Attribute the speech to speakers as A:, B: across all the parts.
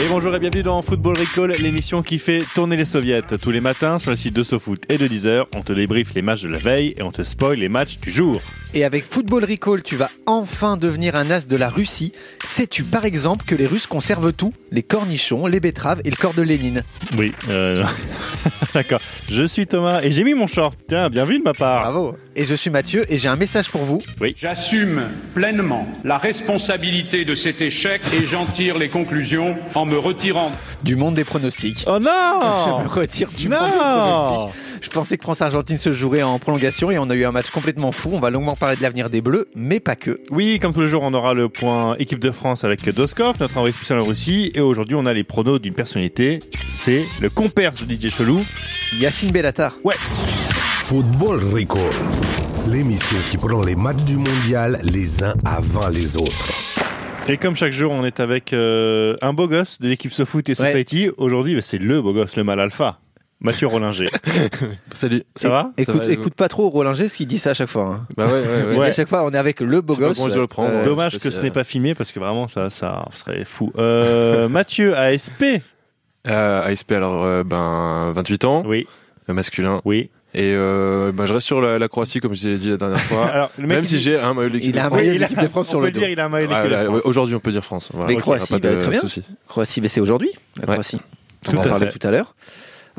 A: Et bonjour et bienvenue dans Football Recall, l'émission qui fait tourner les soviets. Tous les matins sur le site de SoFoot et de Deezer, on te débriefe les matchs de la veille et on te spoil les matchs du jour.
B: Et avec Football Recall, tu vas enfin devenir un as de la Russie. Sais-tu par exemple que les Russes conservent tout Les cornichons, les betteraves et le corps de Lénine.
A: Oui, euh, d'accord. Je suis Thomas et j'ai mis mon short. Tiens, bien vu de ma
C: Ah.
A: part.
B: Bravo Et je suis Mathieu et j'ai un message pour vous.
D: J'assume pleinement la responsabilité de cet échec et j'en tire les conclusions en me retirant
B: Du monde des pronostics.
A: Oh
B: Je
A: non
B: me retire du
A: Non
B: monde des pronostics. Je pensais que France-Argentine se jouerait en prolongation et on a eu un match complètement fou. On va longuement parler de l'avenir des Bleus, mais pas que.
A: Oui, comme tous les jours, on aura le point équipe de France avec Doskov, notre envoyé spécial en Russie. Et aujourd'hui, on a les pronos d'une personnalité. C'est le compère de DJ Chelou.
B: Yacine Bellatar.
E: Football Recall. L'émission qui prend les matchs du mondial les uns avant les autres.
A: Et comme chaque jour, on est avec euh, un beau gosse de l'équipe SoFoot et Society. Aujourd'hui, bah, c'est le beau gosse, le mal alpha. Mathieu Rollinger.
C: Salut.
A: Ça va
C: Ça
B: Écoute,
C: va,
B: écoute pas trop Rollinger parce qu'il dit ça à chaque fois. hein.
C: Bah ouais, ouais, ouais.
B: Il dit
A: Ouais.
B: À chaque fois, on est avec le beau
C: Je sais pas
B: gosse.
C: comment je dois le prendre.
B: Euh,
A: Dommage
C: je sais
A: que
C: pas
A: ce
C: si,
A: n'est
C: euh,
A: pas filmé parce que vraiment ça, ça serait fou. Euh, Mathieu ASP.
C: Euh, ASP, alors, euh, ben, 28 ans,
A: Oui,
C: euh, masculin.
A: oui.
C: Et euh, ben, je reste sur la, la Croatie, comme je l'ai dit la dernière fois.
A: Alors, le mec,
C: Même
A: il
C: si
A: dit-
C: j'ai un maillot de l'équipe
B: Il
C: de
B: a un
C: France.
B: maillot de
A: Oui, il a-
B: l'équipe de France
A: on
B: sur
A: peut
B: le
A: le
B: dos.
A: dire, il a un maillot de
C: Ouais,
A: l'équipe
C: là,
A: de
C: ouais,
A: France.
C: Aujourd'hui, on peut dire France. Voilà.
B: Mais
C: Ok,
B: Croatie,
C: pas
B: bah,
C: de
B: très bien.
C: souci.
B: Croatie, mais c'est aujourd'hui, la
C: Ouais.
B: Croatie.
A: Tout
B: on en
A: à
B: parlait
A: fait.
B: tout à l'heure.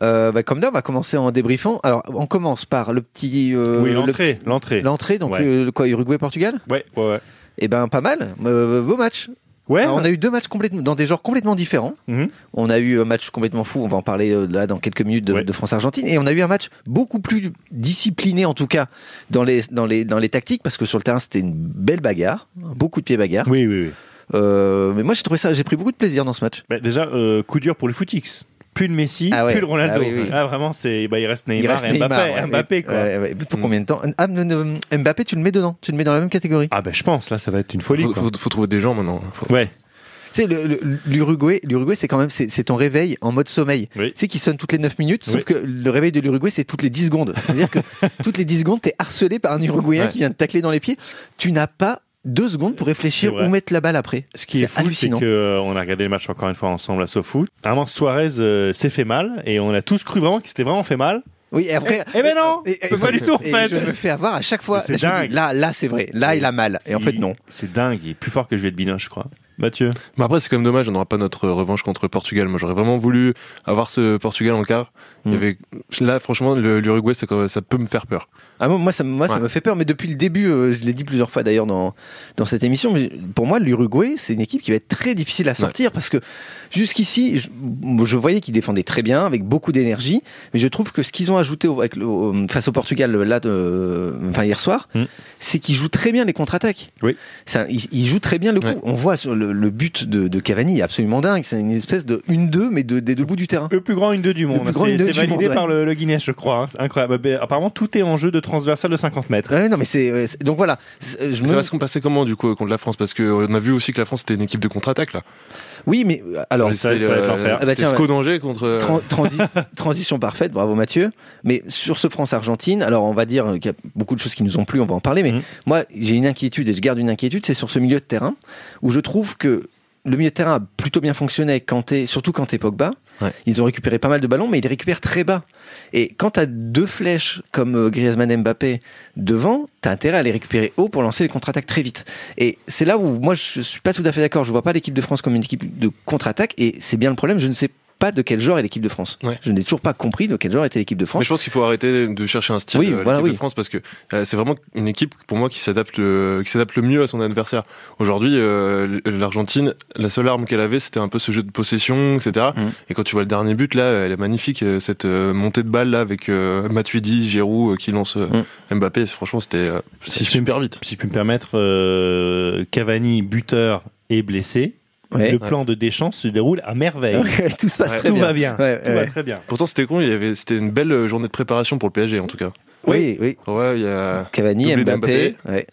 B: Euh, bah, comme d'hab, on va commencer en débriefant. Alors, on commence par le petit. euh,
A: Oui,
B: le
A: l'entrée,
B: petit-
A: l'entrée.
B: L'entrée, donc
A: Ouais.
B: le- le quoi, Uruguay-Portugal
A: Ouais, ouais, ouais.
B: Eh ben, pas mal. Euh, beau match.
A: Ouais,
B: Alors, Ah, on a eu deux matchs complètement dans des genres complètement différents.
A: Mhm.
B: On a eu un match complètement fou. On va en parler euh, là dans quelques minutes de,
A: Ouais.
B: de France-Argentine. Et on a eu un match beaucoup plus discipliné en tout cas dans les dans les dans les tactiques parce que sur le terrain c'était une belle bagarre, beaucoup de pieds bagarre.
A: Oui, oui, oui.
B: Euh, mais moi j'ai trouvé ça, j'ai pris beaucoup de plaisir dans ce match.
A: Bah, déjà, euh, coup dur pour le footix. Plus le Messi,
B: Ah ouais.
A: plus le Ronaldo. Ah,
B: Ah oui, oui.
A: vraiment, c'est bah, il reste Neymar
B: Il reste
A: et Mbappé,
B: Neymar, ouais.
A: Mbappé, quoi.
B: Ouais, ouais. Pour
C: Mm.
B: combien de temps Ah, ne- ne- Mbappé, tu le mets dedans. Tu le mets dans la même catégorie.
A: Ah ben je pense, là ça va être une folie.
C: Faut,
A: quoi.
C: faut, faut trouver des gens maintenant. Faut-
A: Ouais.
B: Tu sais, le- le- l'Uruguay, l'Uruguay, c'est quand même, c'est c'est ton réveil en mode sommeil.
A: Oui.
B: Tu sais, qui sonne toutes les 9 minutes, sauf
A: Oui.
B: que le réveil de l'Uruguay, c'est toutes les 10 secondes. C'est-à-dire que toutes les 10 secondes, t'es harcelé par un Uruguayen
C: Ouais.
B: qui vient te tacler dans les pieds. Tu n'as pas deux secondes pour réfléchir
A: C'est vrai.
B: où mettre la balle après.
A: Ce qui est, fou, c'est
B: hallucinant.
A: que euh, on a regardé le match encore une fois ensemble à SoFoot. Vraiment, Suarez euh, s'est fait mal et on a tous cru vraiment qu'il s'était vraiment fait mal.
B: Oui, et après.
A: Eh ben non,
B: et- et-
A: pas du tout en
B: et
A: fait.
B: Je me fais avoir à chaque
A: Mais
B: fois.
A: c'est
B: Là, je me
A: dingue.
B: dis, là, là, c'est vrai. Là, il a mal. Et en fait,
A: Il-
B: non.
A: C'est dingue, il est plus fort que Juliette Binoche, je crois. Mathieu.
C: Mais après, c'est quand même dommage, on n'aura pas notre revanche contre le Portugal. Moi, j'aurais vraiment voulu avoir ce Portugal en quart. Il y
B: Mm.
C: avait- Là, franchement, le- l'Uruguay, ça, ça peut me faire peur.
B: Ah, moi, moi, ça, me- moi ça
C: Ouais.
B: me fait peur, mais depuis le début, euh, je l'ai dit plusieurs fois d'ailleurs dans, dans cette émission, mais pour moi, l'Uruguay, c'est une équipe qui va être très difficile à sortir parce que jusqu'ici, je, je voyais qu'ils défendaient très bien, avec beaucoup d'énergie, mais je trouve que ce qu'ils ont ajouté au- avec le- au- face au Portugal euh, là, de, euh, enfin, hier soir,
A: Mm.
B: c'est qu'ils jouent très bien les contre-attaques.
A: Oui.
B: Ça, ils, ils jouent très bien le coup.
C: Ouais.
B: On voit sur le, le but de, de Cavani, absolument dingue, c'est une espèce de 1-2, mais de, des deux bouts du terrain.
A: Le plus grand une 2 du monde. hein.
B: plus grand
A: C'est
B: une-deux
A: c'est
B: du
A: validé
B: monde, ouais.
A: par le, le Guinness, je crois. hein. C'est incroyable. Ben, Apparemment, tout est en jeu de transversal de 50 mètres.
B: Ouais, non, mais c'est, ouais, c'est- donc voilà. C'est- euh, Je
C: Mais
B: me-
C: ça va se passer comment, du coup, euh, contre la France Parce qu'on a vu aussi que la France, c'était une équipe de contre-attaque, là.
B: Oui, mais euh, alors.
A: Ça, ça va être l'enfer.
B: Ah bah
C: C'était
B: tiens,
C: Sco danger contre. euh,
B: Tran- transi- transition parfaite, bravo Mathieu. Mais sur ce France-Argentine, alors on va dire qu'il y a beaucoup de choses qui nous ont plu, on va en parler, mais
A: Mhm.
B: moi j'ai une inquiétude et je garde une inquiétude, c'est sur ce milieu de terrain où je trouve que le milieu de terrain a plutôt bien fonctionné, avec Kanté, surtout quand t'es Pogba.
C: Ouais.
B: Ils ont récupéré pas mal de ballons, mais ils les récupèrent très bas. Et quand t'as deux flèches comme euh, Griezmann et Mbappé devant, t'as intérêt à les récupérer haut pour lancer les contre-attaques très vite. Et c'est là où moi je suis pas tout à fait d'accord. Je vois pas l'équipe de France comme une équipe de contre-attaque et c'est bien le problème. Je ne sais pas de quel genre est l'équipe de France.
C: Ouais.
B: Je n'ai toujours pas compris de quel genre était l'équipe de
C: Mais
B: France.
C: je pense qu'il faut arrêter de chercher un style
B: Oui,
C: euh, l'équipe
B: voilà, oui.
C: de France parce que euh, c'est vraiment une équipe pour moi qui s'adapte le qui s'adapte le mieux à son adversaire. Aujourd'hui, euh, l'Argentine, la seule arme qu'elle avait, c'était un peu ce jeu de possession, etc.
B: Mhm.
C: Et quand tu vois le dernier but là, elle est magnifique euh, cette euh, montée de balle là avec euh, Matuidi, Giroud euh, qui lance euh,
B: Mm.
C: Mbappé. C'est- Franchement, c'était euh,
A: Si
C: super vite.
A: Si je puis me permettre, euh, Cavani, buteur et blessé.
B: Ouais.
A: Le plan de Deschamps se déroule à merveille.
B: Ouais, tout se passe
C: Ouais.
B: très
A: tout
B: bien.
A: va bien.
B: Ouais,
A: tout
B: ouais.
A: va très bien.
C: euh, Pourtant, c'était con. Il y avait c'était une belle journée de préparation pour le PSG en tout cas.
B: Oui, oui.
C: Ouais, il y a
B: Cavani,
C: Doublé
B: Mbappé,
C: d'Mbappé.
B: ouais.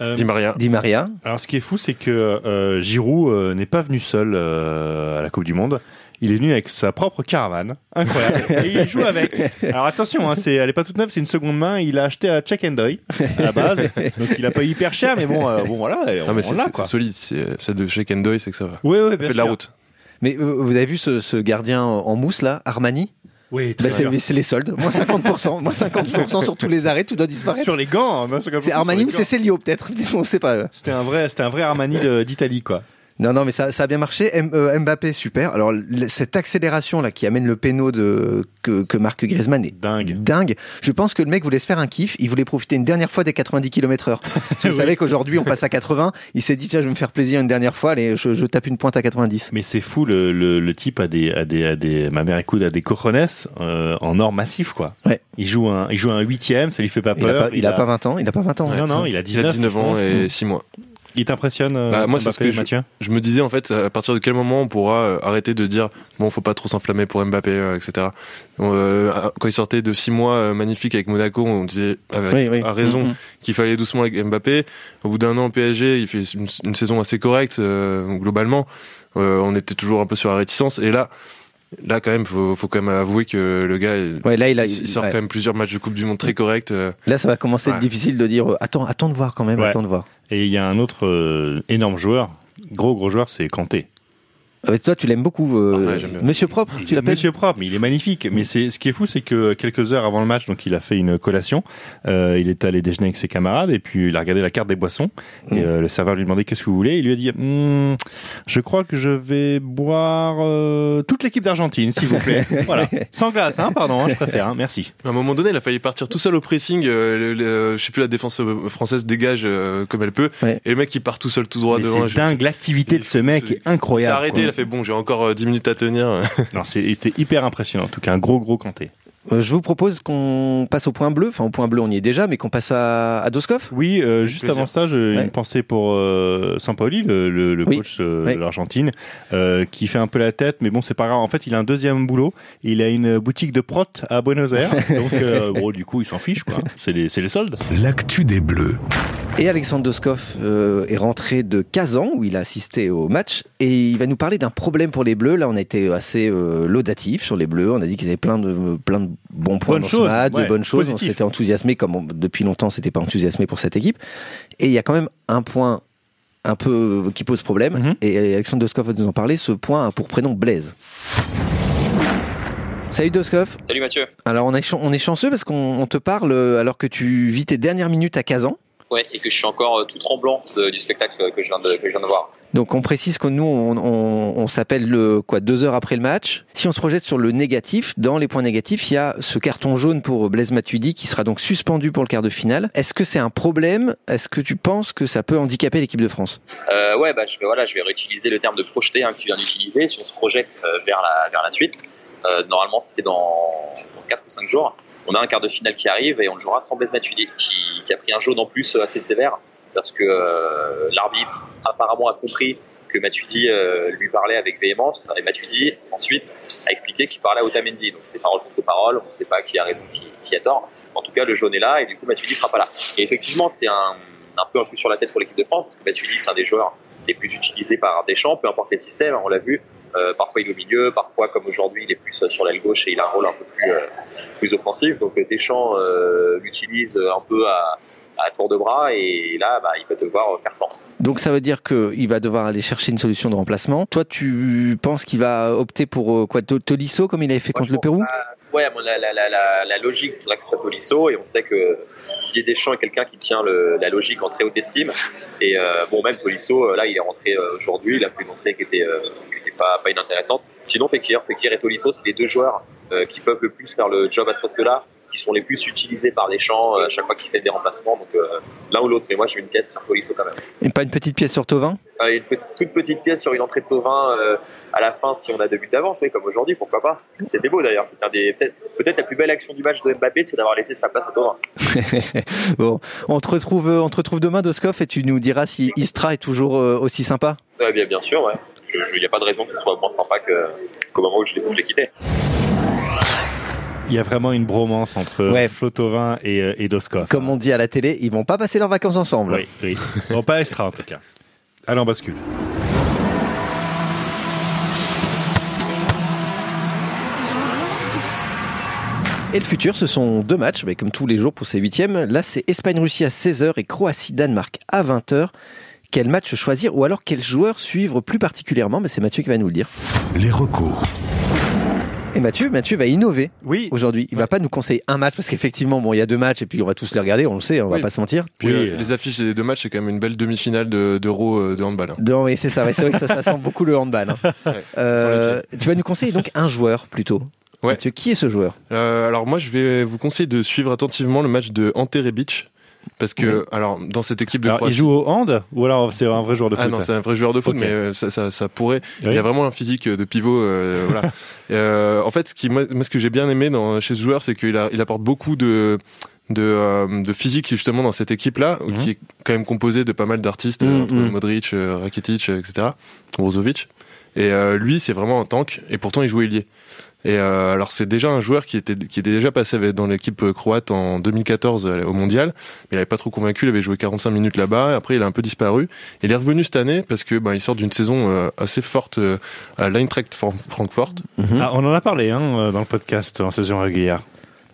A: Euh,
C: Di Maria.
B: Di Maria.
A: Alors, ce qui est fou, c'est que euh, Giroud euh, n'est pas venu seul euh, à la Coupe du Monde. Il est venu avec sa propre caravane. Incroyable. Et il joue avec. Alors, attention, hein, c'est, elle n'est pas toute neuve, c'est une seconde main. Il l'a acheté à Check and Doy, à la base. Donc, il a pas eu hyper cher, mais bon, euh, bon voilà.
C: Ah, mais
A: on
C: c'est
A: l'a,
C: c'est-
A: quoi.
C: c'est solide. C'est c'est de chez Kendoy, c'est que ça va.
A: Oui, oui,
C: Fait de la route.
B: Mais euh, vous avez vu ce, ce gardien en mousse là, Armani
A: Oui,
B: Bah, c'est mais c'est les soldes, moins 50%, moins 50% sur tous les arrêts, tout doit disparaître.
A: Sur les gants. hein, 50%
B: C'est
A: sur
B: Armani
A: les
B: ou
A: gants.
B: c'est Célio peut-être On sait pas. euh.
A: C'était un vrai, c'était un vrai Armani de- d'Italie, quoi.
B: Non, non, mais ça, ça a bien marché. M- euh, Mbappé, super. Alors, l- cette accélération là qui amène le péno de, que, que marque Griezmann est
A: Dingue.
B: dingue. Je pense que le mec voulait se faire un kiff. Il voulait profiter une dernière fois des 90 km heure. Parce que vous savez qu'aujourd'hui, on passe à 80. Il s'est dit, tiens, je vais me faire plaisir une dernière fois. Allez, je, je tape une pointe à 90.
A: Mais c'est fou, le, le, le type a des, a des, a des, ma mère écoute, a des cojones euh, en or massif, quoi.
B: Ouais.
A: Il joue un, il joue un huitième, ça lui fait pas
B: Il a
A: peur.
B: pas, il a pas 20 ans. Il a pas 20 ans.
A: Non, non, il a
C: Il a
A: 19,
C: 19 ans
A: il
C: et 6 mois.
A: Il t'impressionne, euh,
C: Bah, moi, c'est
A: Mbappé,
C: ce que je-
A: Mathieu
C: Je me disais en fait à partir de quel moment on pourra euh, arrêter de dire bon faut pas trop s'enflammer pour Mbappé euh, etc. Euh, euh, quand il sortait de six mois euh, magnifiques avec Monaco on disait avec-
B: Oui, oui.
C: à raison
B: Mhm.
C: qu'il fallait aller doucement avec Mbappé. Au bout d'un an au PSG il fait une, une saison assez correcte euh, globalement. Euh, on était toujours un peu sur la réticence et là là quand même faut, faut quand même avouer que le gars il,
B: Ouais, là, il a,
C: il sort
B: ouais.
C: quand même plusieurs matchs de Coupe du Monde très corrects. euh,
B: Là, ça va commencer à être
C: Ouais.
B: difficile de dire euh, attends, attends de voir quand même,
A: Ouais.
B: attends de voir.
A: Et il y a un autre euh, énorme joueur, gros gros joueur, c'est Kanté.
B: Ah, mais toi, tu l'aimes beaucoup, euh,
C: Ah ouais, j'aime bien.
B: Monsieur Propre, tu l'appelles
A: Monsieur propre, mais il est magnifique. Mais c'est ce qui est fou, c'est que quelques heures avant le match, donc il a fait une collation. euh, il est allé déjeuner avec ses camarades et puis il a regardé la carte des boissons. Et
B: Mm.
A: euh, le serveur lui demandait qu'est-ce que vous voulez. Il lui a dit Hmm, je crois que je vais boire euh, toute l'équipe d'Argentine, s'il vous plaît. voilà, sans glace, hein, pardon, hein, je préfère. hein, merci.
C: À un moment donné, il a failli partir tout seul au pressing. euh, le- le- je sais plus, la défense euh, française dégage euh, comme elle peut.
B: Ouais.
C: Et le mec, il part tout seul, tout droit
A: Mais
C: devant.
A: C'est dingue, l'activité de ce mec est
C: Il s'est
A: incroyable.
C: arrêté, il a fait bon, j'ai encore euh, 10 minutes à tenir.
A: quoi. Non, c'est c'est hyper impressionnant. En tout cas, un gros gros Kanté.
B: Euh, Je vous propose qu'on passe au point bleu. Enfin, au point bleu, on y est déjà, mais qu'on passe à, à Doskov.
A: Oui, euh, juste
C: plaisir.
A: avant ça, j'ai
B: Ouais.
A: une pensée pour euh, Sampaoli, le, le, le
B: Oui.
A: coach euh,
B: Oui.
A: de l'Argentine, euh, qui fait un peu la tête, mais bon, c'est pas grave. En fait, il a un deuxième boulot. Il a une boutique de prot à Buenos Aires. donc, euh, gros, du coup, il s'en fiche, quoi. C'est les, c'est les soldes.
E: L'actu des Bleus.
B: Et Alexandre Doskov euh, est rentré de Kazan, où il a assisté au match, et il va nous parler d'un problème pour les Bleus. Là, on a été assez euh, laudatif sur les Bleus. On a dit qu'ils avaient plein de plein de bons points
A: Bonnes
B: dans ce
A: choses,
B: match, de
A: ouais,
B: bonnes choses.
A: positif.
B: On s'était enthousiasmé, comme on- depuis longtemps, on s'était pas enthousiasmé pour cette équipe. Et il y a quand même un point un peu euh, qui pose problème.
A: Mhm.
B: Et Alexandre Doskov va nous en parler. Ce point a pour prénom Blaise. Salut Doskov.
F: Salut Mathieu.
B: Alors on est, chan- on est chanceux parce qu'on on te parle euh, alors que tu vis tes dernières minutes à Kazan.
F: Ouais, et que je suis encore euh, tout tremblant de- du spectacle euh, que je viens de, que je viens de voir.
B: Donc on précise que nous on, on- on s'appelle le quoi deux heures après le match. Si on se projette sur le négatif, dans les points négatifs, il y a ce carton jaune pour Blaise Matuidi qui sera donc suspendu pour le quart de finale. Est-ce que c'est un problème Est-ce que tu penses que ça peut handicaper l'équipe de France
F: Euh, ouais, bah, je, vais- voilà, je vais réutiliser le terme de projeter hein, que tu viens d'utiliser. Si on se projette euh, vers, la, vers la suite, euh, normalement c'est dans, dans 4 ou 5 jours. On a un quart de finale qui arrive et on le jouera sans Blaise Matuidi qui, qui a pris un jaune en plus euh, assez sévère parce que euh, l'arbitre apparemment a compris que Matuidi euh, lui parlait avec véhémence et Matuidi ensuite a expliqué qu'il parlait à Otamendi. Donc c'est parole contre parole, on ne sait pas qui a raison, qui, qui a tort. En tout cas, le jaune est là et du coup Matuidi sera pas là. Et effectivement, c'est un, un peu un coup sur la tête pour l'équipe de France. parce que Matuidi, c'est un des joueurs les plus utilisés par Deschamps, peu importe les systèmes, on l'a vu. Euh, parfois il est au milieu, parfois comme aujourd'hui il est plus euh, sur l'aile gauche et il a un rôle un peu plus, euh, plus offensif. Donc euh, Deschamps euh, l'utilise euh, un peu à, à tour de bras et là bah, il peut devoir euh, faire sans.
B: Donc ça veut dire que il va devoir aller chercher une solution de remplacement. Toi tu penses qu'il va opter pour euh, quoi To- Tolisso comme il avait fait contre le Pérou
F: Ouais, bon, la, la, la, la, la logique faudrait que ce soit Tolisso et on sait que Didier Deschamps est quelqu'un qui tient le, la logique en très haute estime. Et euh, bon, même Tolisso, euh, là, il est rentré euh, aujourd'hui, il a pu montrer qu'il était, euh, qu'il était pas, pas inintéressante. Sinon, Fekir, Fekir et Tolisso, c'est les deux joueurs euh, qui peuvent le plus faire le job à ce poste-là, qui sont les plus utilisés par Deschamps euh, à chaque fois qu'il fait des remplacements. Donc euh, l'un ou l'autre, mais moi, j'ai une pièce sur Tolisso quand même.
B: Et pas une petite pièce sur Tovin
F: Euh, une pe- toute petite pièce sur une entrée de Tovin euh, à la fin si on a deux buts d'avance, oui, comme aujourd'hui, pourquoi pas. C'était beau d'ailleurs, c'était un des peut-être peut-être la plus belle action du match de Mbappé, c'est d'avoir laissé sa place à Tovin.
B: Bon, on te retrouve euh, on te retrouve demain Doskov et tu nous diras si Istra est toujours euh, aussi sympa.
F: Ouais, bien, bien sûr, ouais. Il n'y a pas de raison que ce soit moins sympa que- qu'au moment où je l'ai où je l'ai quitté.
A: Il y a vraiment une bromance entre euh,
B: Ouais.
A: Flotovin et, euh, et Doskov.
B: Comme on dit à la télé, ils vont pas passer leurs vacances ensemble.
A: Oui, oui. Bon, pas extra en tout cas. Allez, on bascule.
B: Et le futur, ce sont deux matchs, mais comme tous les jours pour ces huitièmes. Là, c'est Espagne-Russie à 16h et Croatie-Danemark à 20h. Quel match choisir ou alors quel joueur suivre plus particulièrement Mais C'est Mathieu qui va nous le dire.
E: Les recos.
B: Et Mathieu, Mathieu va innover
A: Oui.
B: aujourd'hui. Il va pas nous conseiller un match parce qu'effectivement, bon, il y a deux matchs et puis on va tous les regarder, on le sait, on va
C: Oui.
B: pas se mentir.
C: Puis
A: Oui,
C: euh,
A: euh.
C: les affiches des deux matchs, c'est quand même une belle demi-finale de- d'Euro euh, de handball. hein.
B: Non, mais c'est ça, ouais, c'est vrai que ça, ça sent beaucoup le handball. hein.
C: Ouais,
B: Euh, tu vas nous conseiller donc un joueur plutôt.
C: Ouais.
B: Mathieu, qui est ce joueur
C: Euh, alors moi, je vais vous conseiller de suivre attentivement le match de Ante Rebic parce que alors dans cette équipe de
A: Alors, il
C: Croatie.
A: joue au hand ou alors c'est un vrai joueur de foot
C: Ah non, c'est un vrai joueur de foot,
A: Ok.
C: mais euh, ça, ça, ça pourrait.
A: Oui.
C: Il a vraiment un physique euh, de pivot. euh, voilà. Euh, en fait, ce qui, moi, moi, ce que j'ai bien aimé dans, chez ce joueur, c'est qu'il a- il apporte beaucoup de de, euh, de physique justement dans cette équipe là
A: Mhm.
C: qui est quand même composée de pas mal d'artistes euh,
B: Mhm,
C: entre
B: mhm.
C: Modric euh, Rakitic euh, etc Brozovic et euh, lui c'est vraiment un tank et pourtant il joue ailier et euh, alors c'est déjà un joueur qui était qui était déjà passé avec- dans l'équipe euh, croate en 2014 euh, au mondial mais il avait pas trop convaincu il avait joué 45 minutes là-bas et après il a un peu disparu il est revenu cette année parce que ben il sort d'une saison euh, assez forte euh, à l'Eintracht Fran- Francfort.
A: Ah, on en a parlé hein, euh, dans le podcast en saison régulière.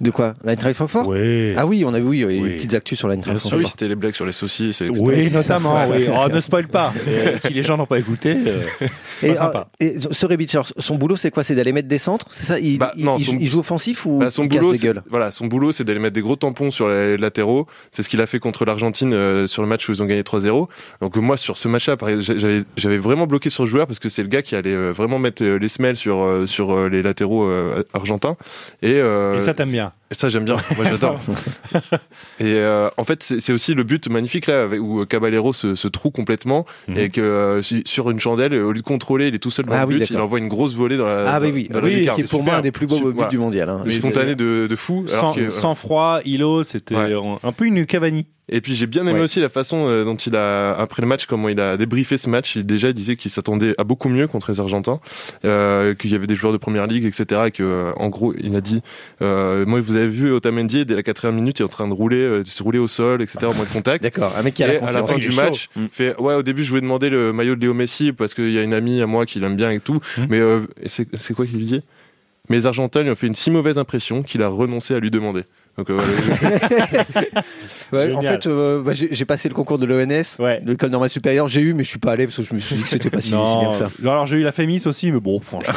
B: De quoi L'Eintracht Francfort
A: Oui.
B: Ah oui, on a vu, oui, il y a eu
A: Oui.
B: des petites actus sur l'Eintracht
C: Ah
B: Francfort.
C: oui, c'était les blagues sur les saucisses. et etc.
A: Oui, notamment. oui. Oh, ne spoil pas. Euh, si les gens n'ont pas écouté, euh,
B: Et,
A: Pas sympa.
B: euh, et ce Rebic, alors, son boulot, c'est quoi C'est d'aller mettre des centres C'est ça il,
C: Bah,
B: il-
C: non,
B: il
C: son-
B: joue- il joue offensif ou
C: Bah, son
B: il
C: boulot,
B: casse des
C: c'est-
B: gueules
C: voilà, son boulot, c'est d'aller mettre des gros tampons sur les latéraux. C'est ce qu'il a fait contre l'Argentine euh, sur le match où ils ont gagné 3-0. Donc euh, moi, sur ce match-là, par exemple, j'avais j'avais vraiment bloqué sur le joueur parce que c'est le gars qui allait euh, vraiment mettre euh, les semelles sur euh, sur euh, les latéraux euh, argentins. Et, euh,
A: et ça t'aime bien.
C: Et Ça j'aime bien, moi j'adore. et euh, en fait c'est c'est aussi le but magnifique là avec- où euh, Caballero se, se troue complètement
A: Mhm.
C: et que euh, su- sur une chandelle au lieu de contrôler il est tout seul dans
B: Ah
C: le
B: oui,
C: but,
B: d'accord.
C: il envoie une grosse volée dans la
B: Ah
C: dans,
B: oui, oui,
C: dans la
B: oui,
C: lucarne.
B: qui est pour moi un des plus beaux
C: Super.
B: buts du mondial. hein.
C: Mais
B: Et-
C: spontané de, de fou. alors
A: Sans,
C: que- euh,
A: sans froid, îlot, c'était
C: Ouais.
A: un un peu une Cavani.
C: Et puis j'ai bien aimé
A: Ouais.
C: aussi la façon euh, dont il a après le match comment il a débriefé ce match. Il déjà disait qu'il s'attendait à beaucoup mieux contre les Argentins, euh, qu'il y avait des joueurs de première ligue, etc. Et que euh, en gros il a dit, euh, moi vous avez vu Otamendi dès la quatrième minute il est en train de rouler, euh, de se rouler au sol, etc. En mode contact.
B: D'accord, un mec qui
C: Et
B: a la
C: à la
B: confiance.
C: fin
A: Il est
C: du match,
B: chaud. Mm.
C: il fait ouais au début je voulais demander le maillot de Léo Messi parce qu'il y a une amie à moi qui l'aime bien et tout,
A: Mm.
C: mais euh, et c'est c'est quoi qu'il lui dit Mais les Argentins lui ont fait une si mauvaise impression qu'il a renoncé à lui demander. Donc euh, voilà,
B: Ouais,
A: Génial.
B: en fait, euh, bah, j'ai j'ai passé le concours de l'ENS,
A: Ouais.
B: de l'école normale supérieure. J'ai eu, mais je suis pas allé parce que je me suis dit que c'était pas si si bien que ça.
A: non, alors j'ai eu la Fémis aussi, mais bon, franchement.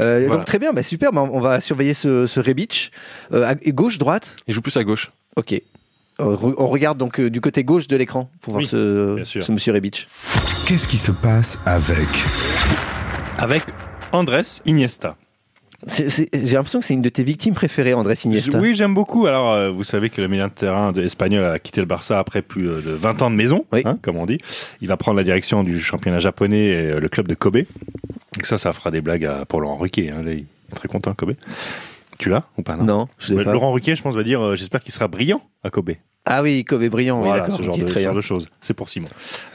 B: Euh,
C: Voilà.
B: Donc très bien, bah, super. bah, on va surveiller ce, ce Rebic. Euh, à- et gauche, droite.
C: il joue plus à gauche.
B: Ok. Euh, re- on regarde donc euh, du côté gauche de l'écran pour voir
A: Oui,
B: ce,
A: bien sûr.
B: ce monsieur Rebic.
E: Qu'est-ce qui se passe avec
A: Avec Andrés Iniesta.
B: C'est- c'est- J'ai l'impression que c'est une de tes victimes préférées, Andrés Iniesta.
A: Oui, j'aime beaucoup. Alors, euh, vous savez que le milieu de terrain de espagnol a quitté le Barça après plus euh, de 20 ans de maison,
B: Oui.
A: hein, comme on dit. Il va prendre la direction du championnat japonais, et, euh, le club de Kobe. Donc ça, ça fera des blagues à, pour Laurent Riquet. Hein, là, il est très content, Kobe. Tu l'as ou pas non
B: Non, je
A: Bah,
B: l'ai pas.
A: Laurent Ruquier, je pense, va dire euh, j'espère qu'il sera brillant à Kobe.
B: Ah oui, Kobe Bryant, oui,
A: voilà,
B: d'accord.
A: ce genre,
B: ok,
A: de,
B: très
A: ce genre
B: bien.
A: de choses. C'est pour Simon.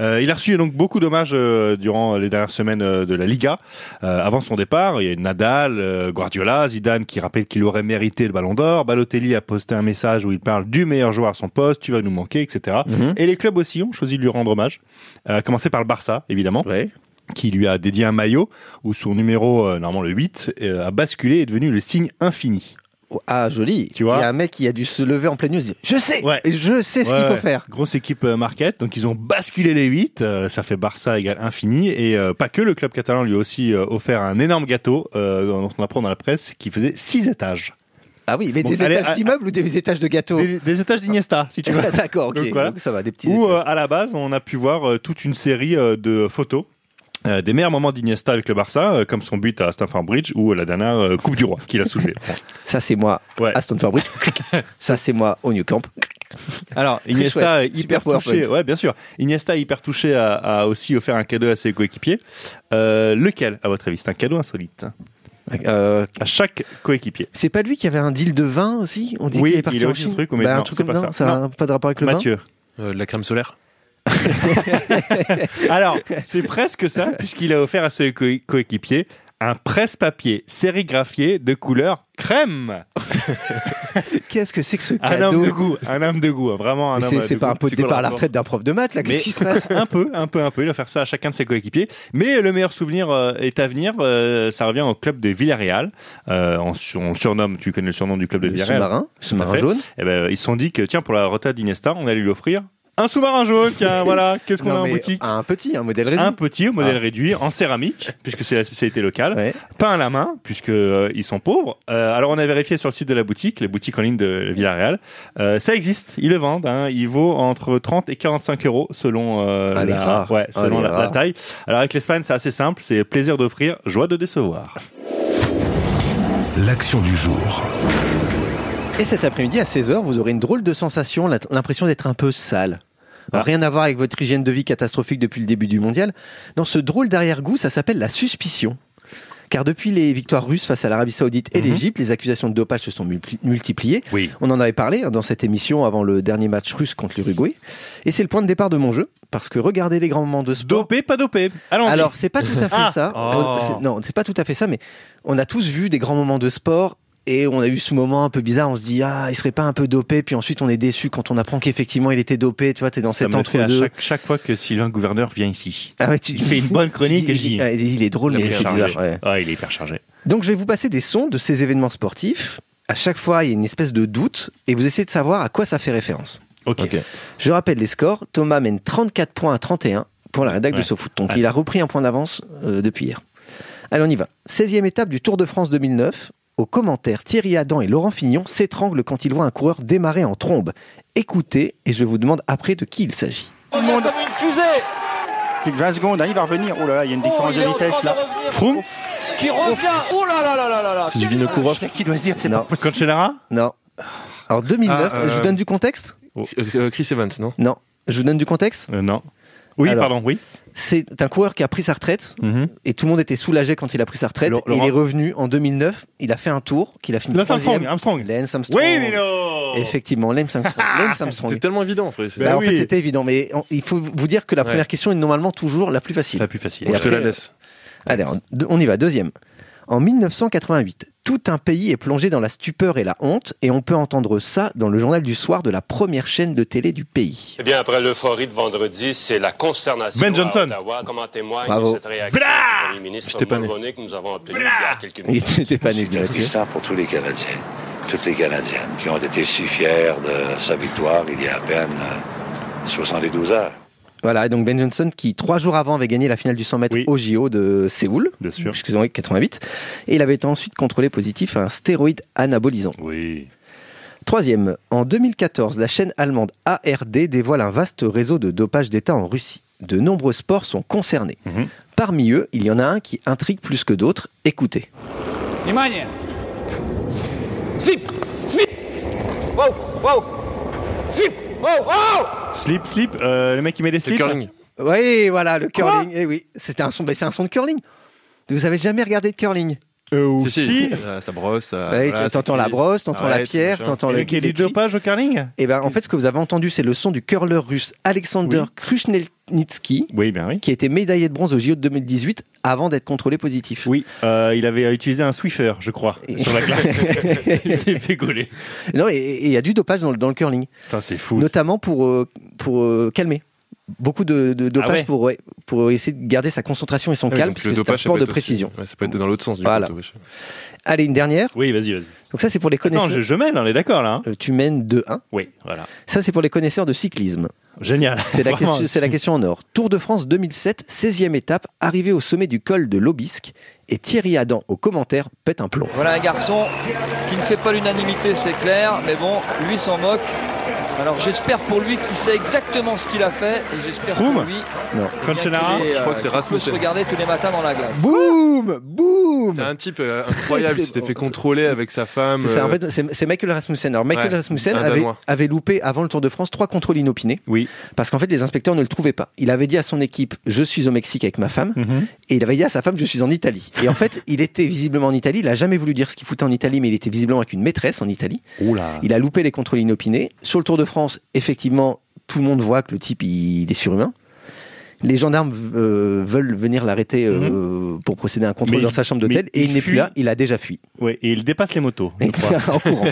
A: Euh, il a reçu donc beaucoup d'hommages euh, durant les dernières semaines euh, de la Liga. Euh, avant son départ, il y a eu Nadal, euh, Guardiola, Zidane qui rappelle qu'il aurait mérité le Ballon d'Or. Balotelli a posté un message où il parle du meilleur joueur à son poste, tu vas nous manquer, etc.
B: Mhm.
A: Et les clubs aussi ont choisi de lui rendre hommage. Euh, à commencer par le Barça, évidemment
B: Ouais.
A: qui lui a dédié un maillot où son numéro, euh, normalement le 8, euh, a basculé et est devenu le signe infini.
B: Ah, joli.
A: Tu vois
B: Il y a un mec qui a dû se lever en pleine nuit et se dire Je sais
A: Ouais.
B: Je sais ce qu'il
A: Ouais,
B: faut
A: ouais.
B: faire.
A: Grosse équipe euh, Marquette, donc ils ont basculé les 8, euh, ça fait Barça égale infini, et euh, pas que, le club catalan lui a aussi euh, offert un énorme gâteau, euh, dont on apprend dans la presse, qui faisait 6 étages.
B: Ah oui, mais
A: Bon,
B: des
A: allez,
B: étages
A: à-
B: d'immeubles ou des étages de gâteaux
A: Des, des étages d'Iniesta, si tu veux.
B: D'accord, ok.
A: Donc, voilà.
B: Donc, ça va, des petits.
A: Où
B: étages.
A: euh, à la base, on a pu voir euh, toute une série euh, de photos. euh, des meilleurs moments d'Iniesta avec le Barça, euh, comme son but à Stamford Bridge ou euh, la dernière euh, Coupe du Roi qu'il a soulevée.
B: Ça, c'est moi
A: euh, Ouais.
B: à Stamford Bridge. ça, c'est moi au New Camp.
A: Alors Iniesta
B: chouette.
A: est hyper
B: Super PowerPoint.
A: touché, ouais bien sûr. Iniesta est hyper touché a, a aussi offert un cadeau à ses coéquipiers. Euh, lequel, à votre avis, c'est un cadeau insolite
B: Euh,
A: à chaque coéquipier.
B: c'est pas lui qui avait un deal de vin aussi On dit
A: Oui,
B: qu'il est parti
A: il a
B: en
A: aussi
B: Chine
A: un truc, mais
B: Bah,
A: non,
B: un truc
A: c'est
B: comme
A: pas
B: ça.
A: ça.
B: Ça n'a pas de rapport avec le
A: Mathieu.
C: Euh, la crème solaire.
A: Alors c'est presque ça puisqu'il a offert à ses co- coéquipiers un presse-papier sérigraphié de couleur crème.
B: Qu'est-ce que c'est que ce
A: Un homme
B: Oh, cadeau
A: de goût, un homme de goût, hein, vraiment un
B: Mais
A: homme
B: c'est-
A: de
B: C'est pas
A: goût.
B: un pot de
A: quoi le
B: départ à la
A: rapport
B: retraite d'un prof de maths, là.
A: bah, Mais-
B: Qu'est-ce qui se passe
A: un peu, un peu, un peu. Il va faire ça à chacun de ses coéquipiers. Mais le meilleur souvenir euh, est à venir. euh, ça revient au club de Villarreal. Euh, on, sur- on le surnomme, tu connais le surnom du club de
B: Le
A: Villarreal.
B: sous-marin, sous-marin
A: fait.
B: jaune.
A: Eh ben, ils se sont dit que, tiens, pour la retraite d'Iniesta, on allait lui offrir un sous-marin jaune. Tiens, voilà, qu'est-ce qu'on
B: Non,
A: a en
B: mais
A: boutique
B: Un petit, un modèle réduit.
A: Un petit au modèle
B: Ah.
A: réduit en céramique, puisque c'est la spécialité locale.
B: Ouais.
A: Pain à la main, puisque euh, ils sont pauvres. Euh, alors on a vérifié sur le site de la boutique, la boutique en ligne de Villarreal. Euh, ça existe, ils le vendent. Hein, il vaut entre 30 et 45 euros selon euh,
B: Ah, les
A: la,
B: rares.
A: ouais,
B: Ah,
A: selon
B: les
A: la, la
B: rares.
A: taille. Alors avec l'Espagne, c'est assez simple. C'est plaisir d'offrir, joie de décevoir.
E: L'action du jour.
B: Et cet après-midi, à 16h, vous aurez une drôle de sensation, la- l'impression d'être un peu sale.
A: Ah.
B: Alors, Rien à voir avec votre hygiène de vie catastrophique depuis le début du mondial. Dans ce drôle d'arrière-goût, ça s'appelle la suspicion. Car depuis les victoires russes face à l'Arabie Saoudite et l'Égypte, les accusations de dopage se sont multi- multipliées.
A: Mhm. Oui.
B: On en avait parlé hein, dans cette émission avant le dernier match russe contre l'Uruguay. Et c'est le point de départ de mon jeu. Parce que regardez les grands moments de sport.
A: Dopé, pas dopé. Allons.
B: Alors, c'est pas tout à fait
A: Ah.
B: ça. On-
A: Oh.
B: c'est- Non, c'est pas tout à fait ça, mais on a tous vu des grands moments de sport et on a eu ce moment un peu bizarre. On se dit, ah, il serait pas un peu dopé, puis ensuite on est déçu quand on apprend qu'effectivement il était dopé, tu vois, t'es dans
A: ça
B: cet
A: me le fait à
B: entre-deux.
A: chaque, chaque fois que Sylvain Gouverneur vient ici.
B: Ah ouais, tu-
A: Il fait une bonne chronique
B: tu
A: et
B: dis-
A: je dis.
B: ah, Il est drôle,
A: Il
B: mais
A: est
B: c'est
A: chargé.
B: bizarre. ouais.
A: Ah, il est hyper chargé.
B: Donc je vais vous passer des sons de ces événements sportifs. À chaque fois, il y a une espèce de doute et vous essayez de savoir à quoi ça fait référence.
A: Ok.
C: Ok.
B: Je rappelle les scores. Thomas mène 34 points à 31 pour la rédac de
A: Ouais.
B: SoFoot. Donc
A: Ouais.
B: il a repris un point d'avance euh, depuis hier. Allez, on y va. 16e étape du Tour de France 2009. Au commentaire, Thierry Adam et Laurent Fignon s'étranglent quand ils voient un coureur démarrer en trombe. Écoutez et je vous demande après de qui il s'agit.
G: Plus que 20 secondes, hein, il va revenir. Oh là là, il y a une différence de vitesse là.
A: Froome,
C: C'est du Vinokourov.
G: Qui doit se dire, c'est
B: Non.
G: pas possible.
A: Cancellara.
B: Non. Alors 2009,
C: Ah, euh,
B: je vous donne du contexte
C: Euh, Chris Evans, non
B: Non. Je vous donne du contexte
A: Euh, non. Oui,
B: Alors.
A: pardon. Oui.
B: C'est un coureur qui a pris sa retraite
A: Mhm.
B: et tout le monde était soulagé quand il a pris sa retraite.
A: Laurent-
B: Et il est
A: Laurent-
B: revenu en 2009, il a fait un tour qu'il a fini
A: Lance Armstrong.
B: troisième.
A: Armstrong.
B: Lance Armstrong.
A: Oui, mais non.
B: Effectivement, Lance Armstrong. Lance Armstrong.
C: C'était tellement évident, après. c'est-
A: Oh. Ben
B: Bah, en
A: oui.
B: fait, c'était évident, mais on- il faut vous dire que la
C: Ouais.
B: première question est normalement toujours la plus facile.
A: La plus facile.
B: Et
C: Je te
B: après,
C: la laisse.
B: Allez, on, de- on y va. Deuxième. En 1988, tout un pays est plongé dans la stupeur et la honte, et on peut entendre ça dans le journal du soir de la première chaîne de télé du pays.
H: Eh bien, après l'euphorie de vendredi, c'est la consternation
A: Ben Johnson.
H: à Ottawa, comme en témoigne
B: Bravo.
H: cette réaction du Premier ministre
C: J'étais pas né.
H: Mulroney que nous avons obtenue il y a quelques
B: Il
H: minutes.
B: n'était pas né
I: C'est
B: bien
I: un
B: sûr.
I: tristard pour tous les Canadiens, toutes les Canadiennes qui ont été si fiers de sa victoire il y a à peine euh, 72 heures.
B: Voilà, et donc Ben Johnson qui, trois jours avant, avait gagné la finale du 100 mètres
A: Oui.
B: au JO de Séoul,
A: Bien sûr.
B: excusez-moi, 88, et il avait été ensuite contrôlé positif à un stéroïde anabolisant.
A: Oui.
B: Troisième, en 2014, la chaîne allemande ARD dévoile un vaste réseau de dopage d'État en Russie. De nombreux sports sont concernés.
A: Mhm.
B: Parmi eux, il y en a un qui intrigue plus que d'autres. Écoutez.
D: Внимание! Свип! Свип! Воу! Воу! Свип! Воу! Воу!
A: Slip, slip. euh, le mec qui met des
C: C'est
A: slips.
C: curling.
B: Oui, voilà, le curling. Eh oui, c'était un son, mais c'est un son de curling. Vous avez jamais regardé de curling
A: Euh, ou
C: Si,
A: si.
C: si. Ça, ça brosse. ça-
B: Ouais,
C: Ah, voilà,
B: Bah, T'entends
C: ça
B: la
C: crie.
B: brosse, t'entends la
C: Arrête,
B: pierre,
C: machin.
B: t'entends le.
A: Mais qu'il y ait du
B: les clics.
A: dopage au curling
B: Eh ben, en fait, ce que vous avez entendu, c'est le son du curleur russe Alexander
A: Oui.
B: Krushnelnitsky,
A: Oui, ben oui.
B: qui a été médaillé de bronze au JO de 2018 avant d'être contrôlé positif.
A: Oui, euh, il avait utilisé un Swiffer, je crois,
B: Et-
A: sur la glace. il s'est fait gauler.
B: Non, et- et il y a du dopage dans le- dans le curling.
A: Putain, c'est fou.
B: notamment pour euh, pour euh, calmer. Beaucoup de, de dopage
A: Ah ouais.
B: pour ouais, pour essayer de garder sa concentration et son
C: Ouais,
B: calme
C: Ah donc
B: parce
C: le
B: que c'est un
C: dopage, ça
B: sport
C: peut
B: de
C: être aussi-
B: précision.
C: ouais, ça peut être dans l'autre sens du
B: Voilà.
C: coup, le dopage.
B: Allez une dernière.
A: Oui, vas-y, vas-y.
B: Donc ça c'est pour les
A: Attends,
B: connaisseurs.
A: je, je mène, on est d'accord là. hein
B: Euh, Tu mènes 2-1.
A: oui, voilà.
B: Ça c'est pour les connaisseurs de cyclisme.
A: Génial.
B: C'est la,
A: Vraiment.
B: question, c'est la question en or. Tour de France 2007, 16e étape, arrivé au sommet du col de l'Aubisque et Thierry Adam au commentaire pète un plomb.
J: Voilà un garçon qui ne fait pas l'unanimité, c'est clair, mais bon, lui s'en moque. Alors j'espère pour lui qu'il sait exactement ce qu'il a fait et j'espère
A: Froome
J: pour lui.
B: Non.
J: eh bien,
A: Cancellara
J: qu'il est,
C: Je crois
J: euh,
C: que c'est
J: qu'il peut
C: Rasmussen.
J: se regarder tous les matins dans la glace.
B: Boum, boum.
C: C'est un type euh, incroyable, il s'était fait contrôler avec sa femme.
B: C'est ça, en
C: euh,
B: fait, c'est c'est Michael Rasmussen. Alors, Michael
C: Ouais,
B: Rasmussen
C: un
B: avait,
C: Danois.
B: avait loupé avant le Tour de France trois contrôles inopinés.
A: Oui.
B: Parce qu'en fait, les inspecteurs ne le trouvaient pas. Il avait dit à son équipe Je suis au Mexique avec ma femme.
A: Mhm.
B: Et il avait dit à sa femme Je suis en Italie. Et en fait, il était visiblement en Italie. Il a jamais voulu dire ce qu'il foutait en Italie, mais il était visiblement avec une maîtresse en Italie.
A: Oula.
B: Il a loupé les contrôles inopinés. Sur le Tour de France, effectivement, tout le monde voit que le type, il est surhumain. Les gendarmes euh, veulent venir l'arrêter euh, pour procéder à un contrôle
A: Mais
B: dans
A: il-
B: sa chambre
A: mais
B: d'hôtel et il,
A: il
B: n'est
A: fuit.
B: plus là, il a déjà fui.
A: Ouais, et il dépasse les motos. je crois.
B: en courant.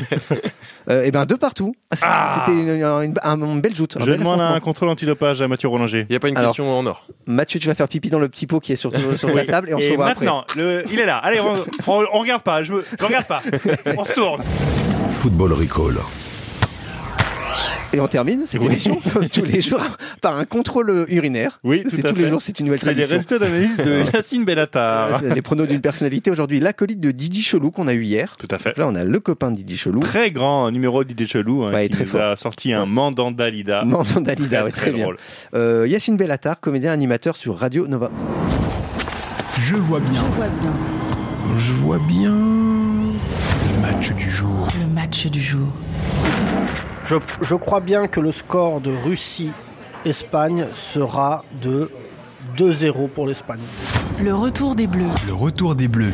B: Euh, et ben de partout. Ah, c'est- C'était une, une- un, un bel joute. un
A: Je
B: bel
A: demande un
B: affrontement.
A: contrôle antidopage à Mathieu Rollinger.
C: Il n'y a pas une
B: Alors,
C: question en or.
B: Mathieu, tu vas faire pipi dans le petit pot qui est sur, sur la
A: Oui.
B: table et on se revoit après.
A: maintenant, le- il est là. Allez, on, on- on regarde pas. Je, me- je regarde pas. On se tourne.
E: Football Recall.
B: Et on termine cette émission, comme tous les jours, par un contrôle urinaire.
A: Oui,
B: c'est tous les jours, c'est une nouvelle
A: C'est les Ah. résultats
B: tradition.
A: d'analyse de Yacine Bellatar.
B: C'est les pronos d'une personnalité. Aujourd'hui, l'acolyte de Didi Chelou qu'on a eu hier.
A: Tout à fait.
B: Donc là, on a le copain de Didi Chelou.
A: Très grand numéro d'Idée Chelou hein,
B: Ouais,
A: qui
B: très
A: nous
B: fort.
A: a sorti un mandant d'Alida.
B: Mandant d'Alida,
A: Très,
B: ouais, très bien.
A: drôle.
B: Euh, Yacine Bellatar, comédien animateur sur Radio Nova.
K: Je vois bien. Je vois bien. Le match du jour.
L: Le match du jour.
M: Je, je crois bien que le score de Russie-Espagne sera de 2-0 pour l'Espagne.
L: Le retour des Bleus.
K: Le retour des Bleus.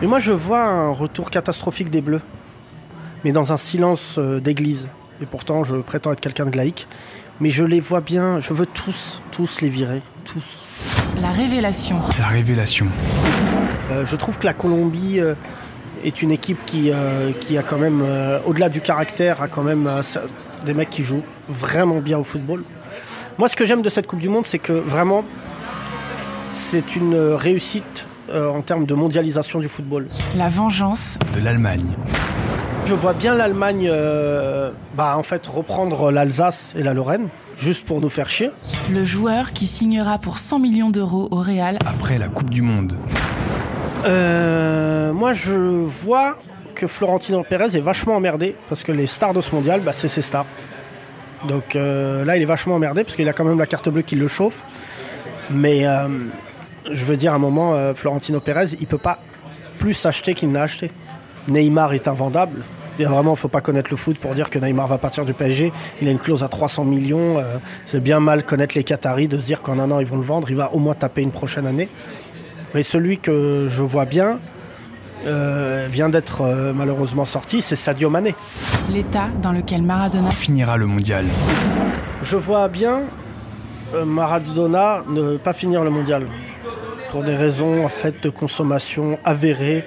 M: Mais moi, je vois un retour catastrophique des Bleus, mais dans un silence euh, d'église. Et pourtant, je prétends être quelqu'un de laïque. Mais je les vois bien, je veux tous, tous les virer, tous.
L: La révélation.
K: La révélation.
M: Euh, je trouve que la Colombie euh, est une équipe qui, euh, qui a quand même, euh, au-delà du caractère, a quand même euh, ça- des mecs qui jouent vraiment bien au football. Moi, ce que j'aime de cette Coupe du Monde, c'est que vraiment, c'est une euh, réussite euh, en termes de mondialisation du football.
L: La vengeance.
K: De l'Allemagne.
M: Je vois bien l'Allemagne, euh, bah, en fait, reprendre l'Alsace et la Lorraine, juste pour nous faire chier.
L: Le joueur qui signera pour 100 millions d'euros au Real.
K: Après la Coupe du Monde.
M: Euh, moi, je vois que Florentino Pérez est vachement emmerdé parce que les stars de ce mondial, bah, c'est ses stars. Donc euh, là, il est vachement emmerdé parce qu'il a quand même la carte bleue qui le chauffe. Mais euh, je veux dire, à un moment, euh, Florentino Pérez, il peut pas plus acheter qu'il n'a acheté. Neymar est invendable. Et vraiment, faut pas connaître le foot pour dire que Neymar va partir du PSG. Il a une clause à 300 millions. euh, c'est bien mal connaître les Qataris de se dire qu'en un an ils vont le vendre. Il va au moins taper une prochaine année. Mais celui que je vois bien euh, vient d'être euh, malheureusement sorti, c'est Sadio Mané.
L: L'état dans lequel Maradona.
K: Finira le mondial.
M: Je vois bien euh, Maradona ne pas finir le mondial pour des raisons en fait de consommation avérée.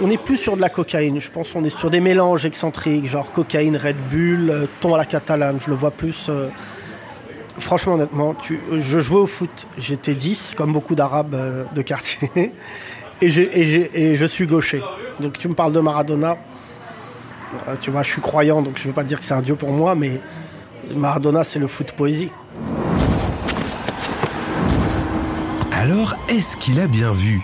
M: On n'est plus sur de la cocaïne, je pense on est sur des mélanges excentriques, genre cocaïne, Red Bull, euh, thon à la catalane, je le vois plus. euh, Franchement, honnêtement, tu- euh, je jouais au foot, j'étais 10, comme beaucoup d'Arabes euh, de quartier, et, j'ai- et j'ai- et je suis gaucher. Donc tu me parles de Maradona, euh, tu vois, je suis croyant, donc je ne vais pas dire que c'est un dieu pour moi, mais Maradona, c'est le foot poésie.
E: Alors, est-ce qu'il a bien vu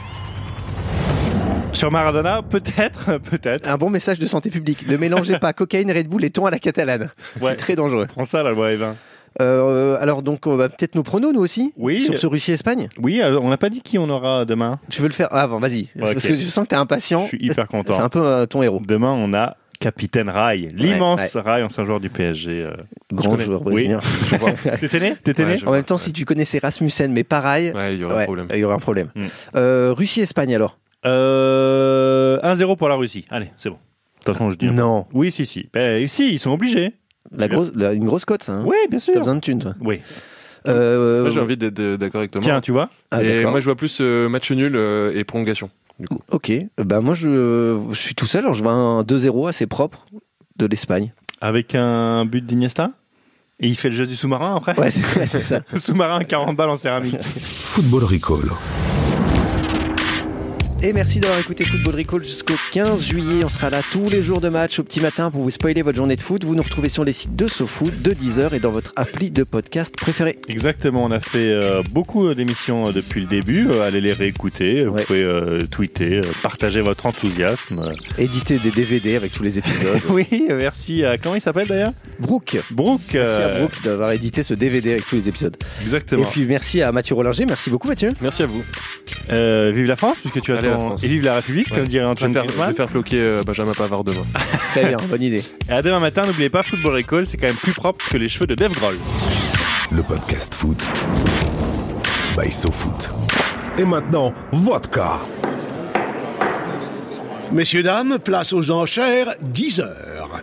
A: Sur Maradona, peut-être, peut-être.
B: Un bon message de santé publique. Ne mélangez pas cocaïne, Red Bull et thon à la catalane.
A: Ouais.
B: C'est très dangereux.
A: Prends ça, la loi Evin.
B: Euh, alors donc, on va peut-être nos pronos nous aussi
A: Oui.
B: sur ce Russie-Espagne.
A: Oui, alors, on n'a pas dit qui on aura demain.
B: Tu veux le faire avant Vas-y. Parce que je sens que t'es impatient.
A: Je suis hyper content.
B: C'est un peu euh, ton héros.
A: Demain, on a Capitaine Rai, l'immense
B: Ouais, ouais.
A: Rai, ancien joueur du PSG. euh, que je
B: Grand
A: connais.
B: joueur
A: Oui.
B: brésilien.
A: Je vois. T'étais né T'étais né
B: en même temps, si tu connaissais Rasmussen, mais pareil,
C: Ouais, il y aurait un
B: ouais,
C: problème. Hmm.
B: il y aurait un problème. Euh, Russie-Espagne alors
A: Euh, 1-0 pour la Russie. Allez, c'est bon. De toute façon, je dis.
B: Non.
A: Oui, si, si. Ben, si, ils sont obligés.
B: La grosse, la- une grosse cote, ça. hein.
A: Oui, bien sûr.
B: T'as besoin de thunes, toi.
A: Oui.
B: Euh,
C: Moi, j'ai envie d'être euh, d'accord avec Thomas.
A: Tiens, tu vois.
B: Ah,
C: et
B: d'accord.
C: moi, je vois plus euh, match nul euh, et prolongation. Du coup,
B: Ok. Bah moi, je, je suis tout seul. Alors, je vois un 2-0 assez propre de l'Espagne.
A: Avec un but d'Iniesta Et il fait le jeu du sous-marin après
B: Ouais, c'est ouais, c'est ça.
A: Le sous-marin à 40 balles en céramique.
E: Football Recall.
B: Et merci d'avoir écouté Football Recall jusqu'au 15 juillet. On sera là tous les jours de match au petit matin pour vous spoiler votre journée de foot. Vous nous retrouvez sur les sites de SoFoot, de Deezer et dans votre appli de podcast préféré.
A: Exactement, on a fait euh, beaucoup euh, d'émissions euh, depuis le début. Euh, allez les réécouter. Vous pouvez euh, tweeter, euh, partager votre enthousiasme.
B: Éditez des DVD avec tous les épisodes.
A: Oui, euh, merci. à- comment il s'appelle d'ailleurs
B: Brooke.
A: Brooke.
B: Merci à
A: euh,
B: Brooke d'avoir édité ce DVD avec tous les épisodes.
A: Exactement.
B: Et puis merci à Mathieu Rollinger. Merci beaucoup Mathieu.
C: merci à vous.
A: Euh, vive la France, puisque tu as
C: Allez, la
A: ton...
C: France.
A: Et vive la République,
C: Ouais.
A: comme dirait
C: Je vais,
A: Antoine
C: faire, je
A: Griezmann.
C: vais faire floquer euh, Benjamin Pavard demain.
B: Très bien, bonne idée.
A: Et à demain matin, n'oubliez pas, Football Recall, c'est quand même plus propre que les cheveux de Dave Grohl.
E: Le podcast foot. By SoFoot. Et maintenant, vodka.
N: Messieurs, dames, place aux enchères, 10 heures.